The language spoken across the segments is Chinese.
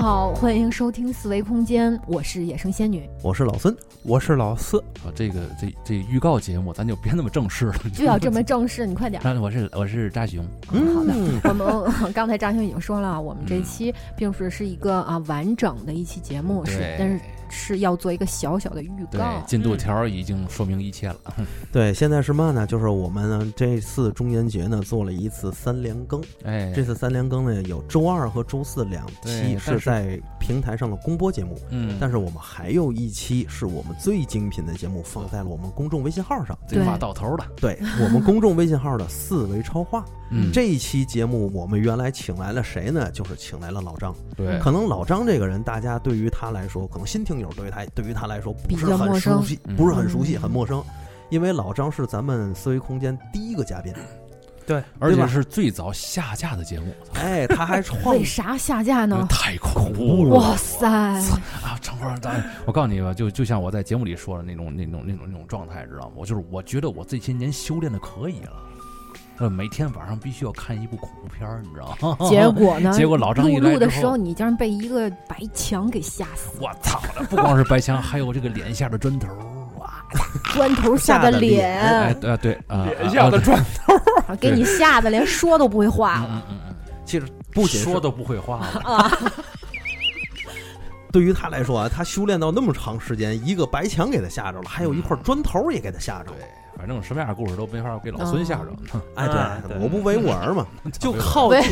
好，欢迎收听四维空间，我是野生仙女，我是老孙，我是老四，啊，这个这这预告节目咱就别那么正式了，就要这么正式，你快点儿。但我是我是扎熊，嗯，好的， 我们 刚才张兄已经说了，我们嗯这期并不是一个啊完整的一期节目，是对，但是是要做一个小小的预对告。进度条已经说明一切了，对，现在是嘛呢？就是我们呢这次中元节呢做了一次三连更，哎，这次三连更呢有周二和周四两期对但是是在平台上的公播节目，嗯，但是是我们还有一期是我们最精品的节目放在了我们公众微信号上，这话到头了，对我们公众微信号的四维超话嗯，这一期节目，我们原来请来了谁呢？就是请来了老张。对可能老张这个人，大家对于他来说，可能新听友对他对于他来说不是比较很陌生熟悉，嗯不是很熟悉，嗯很陌生。因为老张是咱们思维空间第一个嘉宾，而对且吧是最早下架的节目， 哎，他还创为啥下架因为呢？太恐怖怖了了哇塞，啊！张峰，咱我告诉你吧，就就像我在节目里说的那种那种那种那种状态，知道吗？我就是我觉得我这些年修炼的可以了，呃，每天晚上必须要看一部恐怖片儿，你知道吗？结果呢？ 结果老张一录来录的之时后候，你竟然被一个白墙给吓死，我操了！不光是白墙，还有这个脸下的砖头，哇！砖头吓的得 脸，哎，对啊对啊，脸下的砖，哎给你吓得连说都不会话啊了。嗯嗯嗯嗯，其实不仅说是都不会话了，对于他来说啊，他修炼到那么长时间，一个白墙给他吓着了，还有一块砖头也给他吓着 对了。，反正什么样的故事都没法给老孙吓着。哎，啊对我不唯我儿嘛， 就靠对，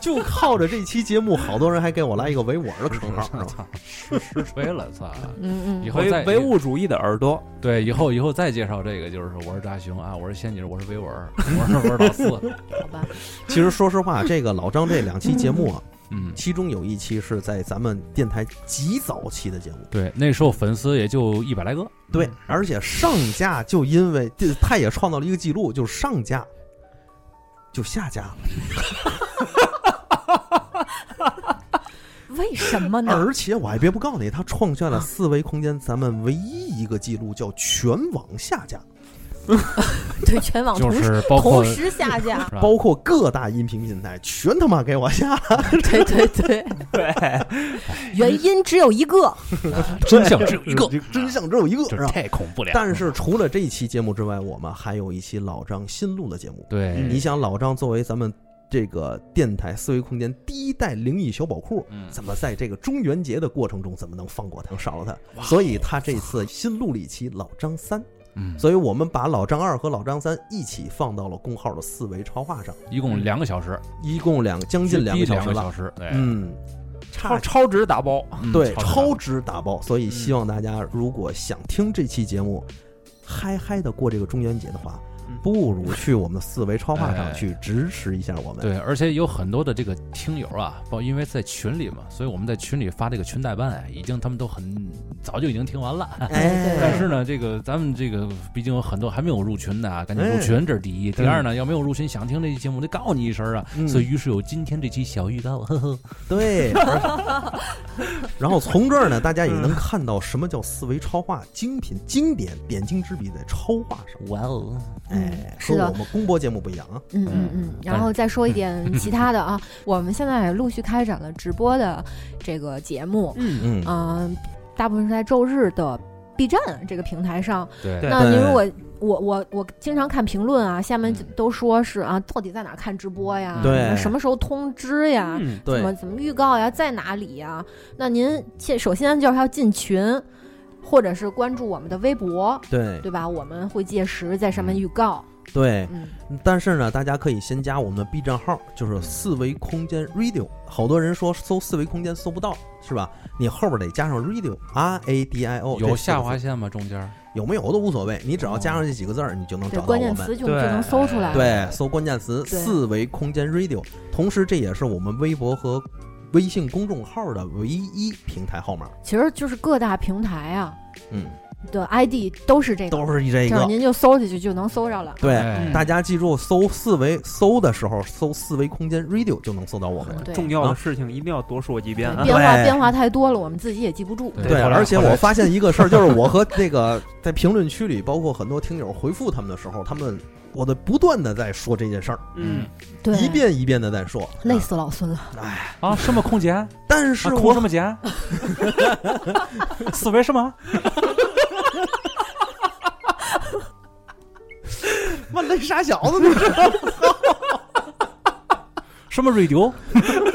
就靠着这期节目，好多人还给我来一个唯我儿的称号，是吧？操，实实锤了，操！嗯以嗯，后唯再唯物主义的耳朵，对，以后以后再介绍这个，就是我是扎熊啊，我是仙女，我是维文，我是我是老四，好吧，其实说实话，这个老张这两期节目啊，嗯。其中有一期是在咱们电台极早期的节目，对，那时候粉丝也就一百来个，对，而且上架就因为这，他也创造了一个记录，就是上架就下架了，为什么呢？而且我还别不告诉你，他创啊下了四维空间咱们唯一一个记录，叫全网下架，啊对，全网就同时是包括同时下架，是吧包括各大音频平台全他妈给我下，啊对对对，对，原因只有一个， 真相只有一个，啊真相只有一个，就是是啊吧？太恐怖了。但是除了这一期节目之外，我们还有一期老张新录的节目，对，你想老张作为咱们这个电台思维空间第一代灵异小宝库，嗯怎么在这个中元节的过程中，怎么能放过他、少了他？哇哦所以他这次新录了一期老张三，嗯，所以我们把老张二和老张三一起放到了公号的四维超话上，一共两个小时，一共两将近两个个小时了小，时，对，嗯，差超超值打包，嗯对超超值打包，嗯所以希望大家如果想听这期节目，嗨嗨的过这个中元节的话嗯。不如去我们的四维超话上哎去支持一下我们。对，而且有很多的这个听友啊，包因为在群里嘛，所以我们在群里发这个群代办啊，已经他们都很早就已经听完 了。哎但是呢，这个咱们这个毕竟有很多还没有入群的啊，赶紧入哎群，这是第一。第对二呢，要没有入群想听这期节目，我得告诉你一声啊。嗯所以于是有今天这期小预告，呵呵，对，然后从这儿呢，大家也能看到什么叫四维超话精品经典，点睛之笔在超话上。哇哦，哎，是和的我们公播节目不一样啊。嗯嗯嗯嗯，然后再说一点其他的啊，我们现在也陆续开展了直播的这个节目，嗯，嗯，嗯，大部分是在周日的 B 站这个平台上。对对那您如果我我我经常看评论啊，下面嗯都说是啊，到底在哪儿看直播呀？对什么时候通知呀？嗯怎么对，怎么预告呀？在哪里呀？那您先首先就是要进群，或者是关注我们的微博，对，对吧？我们会届时在上面预告。对。嗯，但是呢，大家可以先加我们的 B 站号，就是四维空间 Radio。好多人说搜四维空间搜不到，是吧？你后边得加上 Radio，R A D I O。有下划线吗？中间儿？有没有都无所谓，你只要加上这几个字儿，你就能对，找到我关键们。词就就对能搜出来。对，搜关键词哎“对四维空间 radio”，同时这也是我们微博和微信公众号的唯一平台号码。其实就是各大平台啊嗯，的 ID 都是这个，都是这这样个。您就搜下去就能搜着了。对，哎大家记住，搜四维搜的时候，搜四维空间 radio 就能搜到我们。嗯对，重要的事情一定要多说几遍对啊，变化对变化太多了，我们自己也记不住。对对，后来而且后来我发现一个事儿，就是我和那个在评论区里，包括很多听友回复他们的时候，他们我的不断的在说这件事儿，嗯对，一遍一遍的在说，累死老孙 了。啊，什么空间？但啊是空我什么间？思维什么？妈累傻小子， 你这什么瑞丢？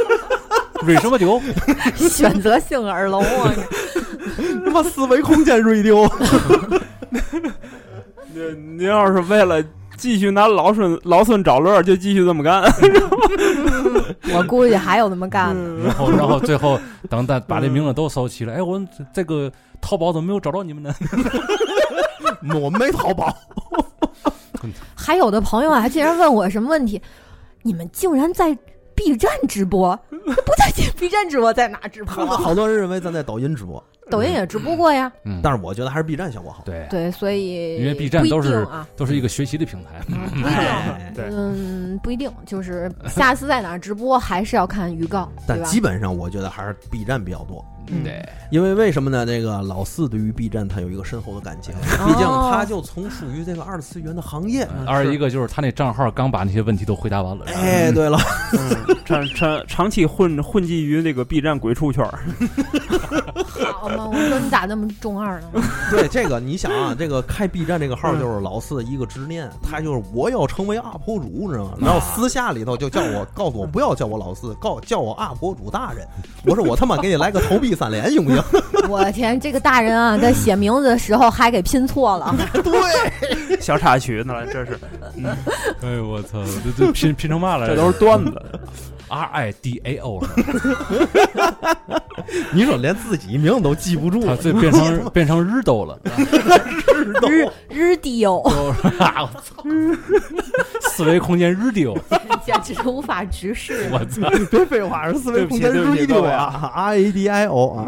瑞什么丢？选择性耳聋 啊！他妈思维空间锐丢，您您要是为了继续拿老孙老孙找乐儿，就继续这么干。我估计还有那么干嗯的。然后，然后最后等大把这名字都搜齐了，哎，我这这个淘宝怎么没有找着你们呢？我没淘宝，还有的朋友啊，竟然问我什么问题？你们竟然在 B 站直播？不在 B 站直播，在哪直播他们？ 好多人认为咱在抖音直播，抖音也直播过呀。嗯但是我觉得还是 B 站效果好。对，对，所以因为 B 站都是不一定啊，都是一个学习的平 台。不一定。哎对嗯，不一定，就是下次在哪儿直播还是要看预告，对但吧基？本上我觉得还是 B 站比较多，嗯对，因为为什么呢？这个老四对于 B 站他有一个深厚的感情，哦毕竟他就从属于这个二次元的行业。二一个就是他那账号刚把那些问题都回答完了，然后哎， 对了，嗯 长长长期混混迹于那个 B 站鬼畜 圈儿，好嘛，我说你咋那么中二呢？对这个，你想啊，这个开 B 站这个嗯号就是老四的一个执念，他就是我要成为 UP 主，你知道吗？然后私下里头就叫我，告诉我不要叫我老四，告叫我 UP 主大人。我说我他妈给你来个投币三连行不 行？我的天，这个大人啊，在写名字的时候还给拼错 了，对，小插曲呢，这是哎呦我操，这这拼拼成嘛来着？这都是段子。 R I D A O，你说连自己名字都记不住 他了，这变成变成日斗了，知道日日迪 欧，都是啊我操，四维空间日丢，简直无法直视。我操，别废话，是思维空间对不起对不起 radio 啊，R A D I O 啊，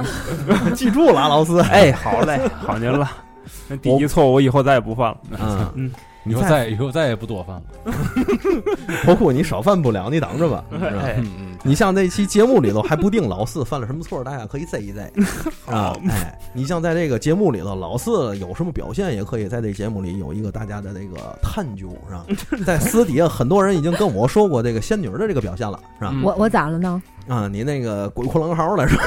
记住了啊，劳斯。哎，好嘞，好您了。那第一错误以后再也不犯了。哎嗯，以后再以后再也不做饭了。头酷你少犯不了，你等着 吧。是吧哎，嗯你像那期节目里头还不定老四犯了什么错，大家可以 say 一 say 啊。哎，你像在这个节目里头，老四有什么表现，也可以在这节目里有一个大家的这个探究，是吧？ 在私底下，很多人已经跟我说过这个仙女儿的这个表现了，是吧？嗯我我咋了呢？啊，你那个鬼哭狼嚎了是吧？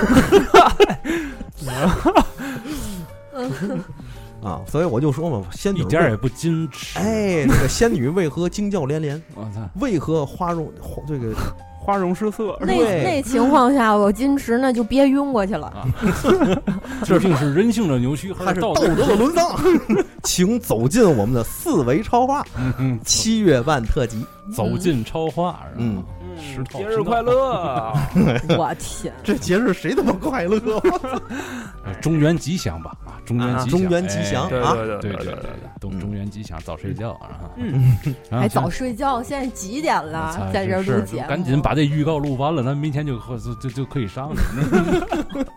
啊，所以我就说嘛，仙嗯，女一儿点为儿也不矜持。，哎，这个仙女为何惊叫连连？我操，为何花容花这个花容失色，那对那情况下，我矜持那就别晕过去了。究竟是人性的扭曲还还是是道道德德？的沦丧？ 请走进我们的四维超话嗯七月半特辑。走进超话，嗯嗯，石头节日快乐！啊哎我天，这节日谁他妈快乐？啊呃中原吉祥吧，啊，中原啊吉祥，中原吉祥哎对啊对 对对对对对，都嗯中原吉祥，早睡觉啊！嗯然后还现早睡觉，现在几点我操了？在这儿真录是节目，赶紧把这预告录完了，咱明天就可就就就可以上了。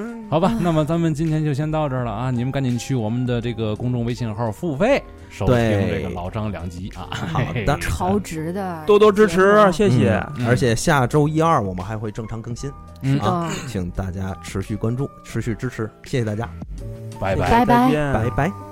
嗯，好吧，那么咱们今天就先到这儿了啊！你们赶紧去我们的这个公众微信号付费收听对这个老张两集啊！好嘿嘿的超值的，多多支持，谢谢。嗯而且下周一二我们还会正常更新，嗯啊，啊！请大家持续关注，持续支持，谢谢大家，拜拜。拜拜再见拜拜。